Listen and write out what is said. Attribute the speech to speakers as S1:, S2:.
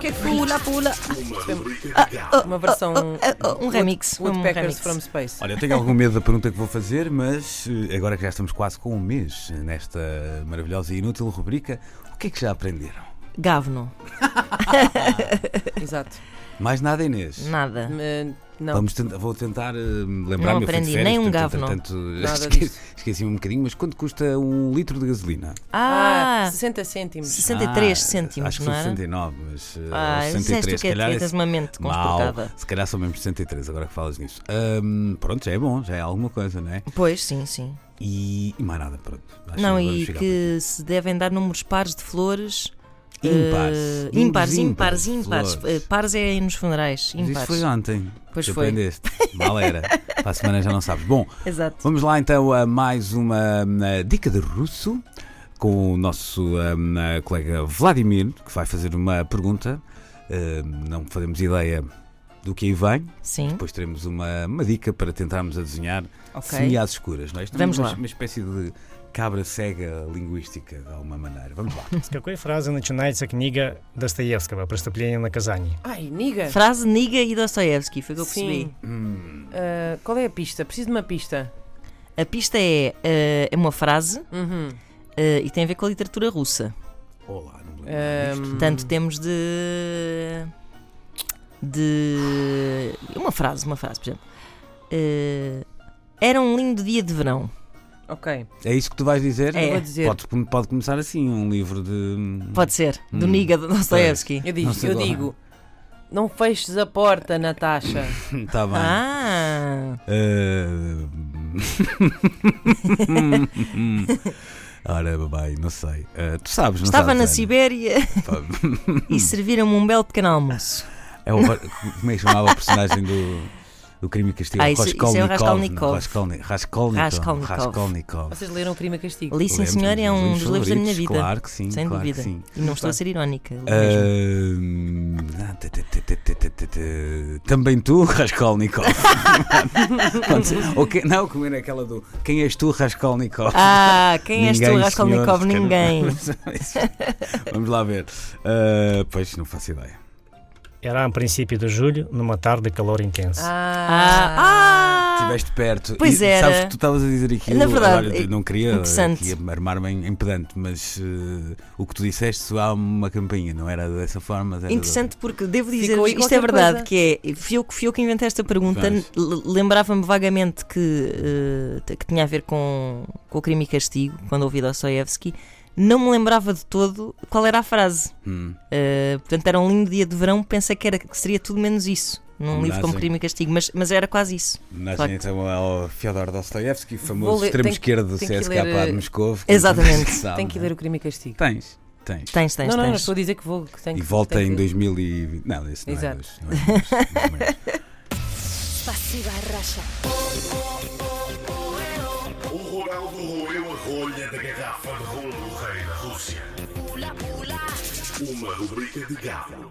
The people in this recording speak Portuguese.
S1: Que pula, pula.
S2: Uma versão.
S1: Um remix.
S2: Wood-
S1: um
S2: Woodpeckers
S1: remix.
S2: from Space.
S3: Olha, eu tenho algum medo da pergunta que vou fazer, mas eh, agora que já estamos quase com um mês nesta maravilhosa e inútil rubrica, o que é que já aprenderam?
S1: Gavno.
S2: Exato.
S3: Mais nada, Inês.
S1: Nada.
S2: Mas, Não.
S3: Vamos tentar, vou tentar eh,
S1: Não
S3: lembrar-me. eu fui de
S1: aprendi
S3: férias,
S1: nem um
S3: portanto,
S1: gavo, não.
S3: portanto,
S2: Nada
S3: esque-
S2: disso.
S3: Esqueci-me um bocadinho, mas quanto custa um litro de gasolina?
S1: Ah,
S2: Ah, 60 cêntimos.
S1: 63
S3: Ah,
S1: cêntimos,
S3: Acho que
S1: não
S3: são
S1: era?
S3: 69, mas. eh,
S1: Ah,
S3: ou
S1: disseste o
S3: 63,
S1: que
S3: se
S1: é
S3: calhar
S1: que tens uma mente
S3: Mal.
S1: conspurcada.
S3: Se calhar são mesmo 63, agora que falas nisso. Ahm, pronto, já é bom, já é alguma coisa, não é?
S1: Pois, sim, sim.
S3: E, e mais nada, pronto. Acho que
S1: Não,
S3: vamos
S1: e
S3: chegar
S1: que se devem dar números pares de flores.
S3: por aqui. Ímpares.
S1: eh,
S3: Números
S1: ímpares, ímpares, ímpares.
S3: flores.
S1: Eh, Pares é nos funerais.
S3: Mas isso
S1: Ímpares.
S3: foi ontem.
S1: Pois
S3: Tu
S1: foi.
S3: Aprendeste. Mal era. Para a semana já não sabes. Bom,
S1: Exato.
S3: Vamos lá então a mais uma hum, dica de russo com o nosso hum, colega Vladimir, que vai fazer uma pergunta. Hum, Não fazemos ideia do que aí vem.
S1: Sim.
S3: Depois teremos uma, uma dica para tentarmos adivinhar
S1: Ok.
S3: semi às escuras. Não é? Isto é
S1: Vamos
S3: uma,
S1: lá.
S3: uma espécie de cabra cega linguística, de alguma maneira. Vamos lá.
S4: С какой фразы начинается книга Достоевского «Преступление и наказание»?
S2: Ai, niga.
S1: Frase Niga e Dostoevsky, foi o que eu percebi.
S2: Sim.
S3: Hum.
S2: Ah, qual é a pista? Preciso de uma pista.
S1: A pista é, eh, é uma frase
S2: Uhum.
S1: eh, e tem a ver com a literatura russa.
S3: Olá, não me lembro nada disto.
S2: Ahm,
S1: Portanto, temos de. de. uma frase, uma frase, por exemplo. Eh, era um lindo dia de verão.
S2: ok.
S3: É isso que tu vais dizer?
S1: É.
S2: Vou dizer.
S3: Pode, pode começar assim, um livro de.
S1: Pode ser, do
S3: Hum.
S1: Niga de Dostoevsky.
S2: Eu digo,
S3: Não sei
S2: eu
S3: agora.
S2: digo. Não feches a porta, Natasha.
S3: Está Tá bem. Eh,
S1: Ah!
S3: Ah, Ora bem, não sei. Ah, tu sabes, não
S1: Estava
S3: sabes,
S1: na
S3: Ana?
S1: Sibéria e serviram-me um belo pequeno almoço.
S3: É o, como é que chamava o personagem do, do crime e castigo?
S1: Ah, isso- isso é o
S3: não?
S1: Raskolnikov.
S3: Raskolni- Raskolnikov.
S1: Raskolnikov.
S3: Raskolnikov.
S2: Vocês leram Crime e Castigo?
S1: Ali, sim,
S3: Lembro-me,
S1: senhor, é um
S3: meus
S1: dos livros da minha
S3: favoritos,
S1: vida.
S3: Claro que sim.
S1: Sem
S3: claro
S1: dúvida.
S3: Que sim. Eh,
S1: E não é estou a ser irónica. mesmo.
S3: Ahm, ah, tê, tê, tê, tê, tê, tê, tê, tê. Também tu, Raskolnikov. Pode ser. Ou quem- não, como era aquela do Quem és tu, Raskolnikov?
S1: Ah, quem és tu,
S3: Ninguém,
S1: Raskolnikov?
S3: senhor,
S1: Ninguém.
S3: Vamos lá ver. Ah, pois, não faço ideia.
S4: «Иран принципе de julho, numa tarde calor intenso».
S1: Ah, ah,
S3: Estiveste perto.
S1: Pois
S3: e,
S1: era.
S3: Sabes que tu estavas a dizer aquilo.
S1: Na verdade,
S3: olha, eu não queria,
S1: interessante.
S3: queria armar-me em, em pedante, mas eh, o que tu disseste soava uma campainha, não é era dessa forma. Mas era
S1: Interessante porque devo dizer
S2: Ficou aí
S1: isto é
S2: qualquer
S1: verdade,
S2: coisa.
S1: que é fui eu, que- fui eu que inventei esta pergunta.
S3: Pois.
S1: L- Lembrava-me vagamente que, eh, t- que tinha a ver com, com o crime e castigo, quando ouvi Dostoevsky. Não me lembrava de todo qual era a frase.
S3: outra. Hum.
S1: Eh, portanto, era um lindo dia de verão, pensei que, era, que seria tudo menos isso. Num livro como
S3: Homenagem.
S1: Crime e Castigo, mas, mas era quase isso.
S3: Homenagem
S1: Facto.
S3: então ao Fyodor Dostoevsky,
S2: Vou
S3: famoso
S2: ler-
S3: extremo
S2: tenho-
S3: esquerdo do
S2: tenho que
S3: CSKA
S2: ler,
S3: de
S2: eh,
S3: Moscou.
S1: Exatamente.
S2: Tem
S3: Ah.
S2: que ler o Crime e Castigo.
S3: é? Tens, tens.
S1: Tens, Ah. tens,
S2: não, não, não
S1: tens.
S2: estou a dizer que vou. Que tenho
S3: E
S2: que-
S3: volta
S2: tenho
S3: em
S2: que-
S3: 2020. Não, esse não
S2: Exato.
S3: é dois. Não é dois, não é.
S5: O Ronaldo roeu a é um rolha da garrafa de rolo do rei da Rússia. Uma rubrica de gado.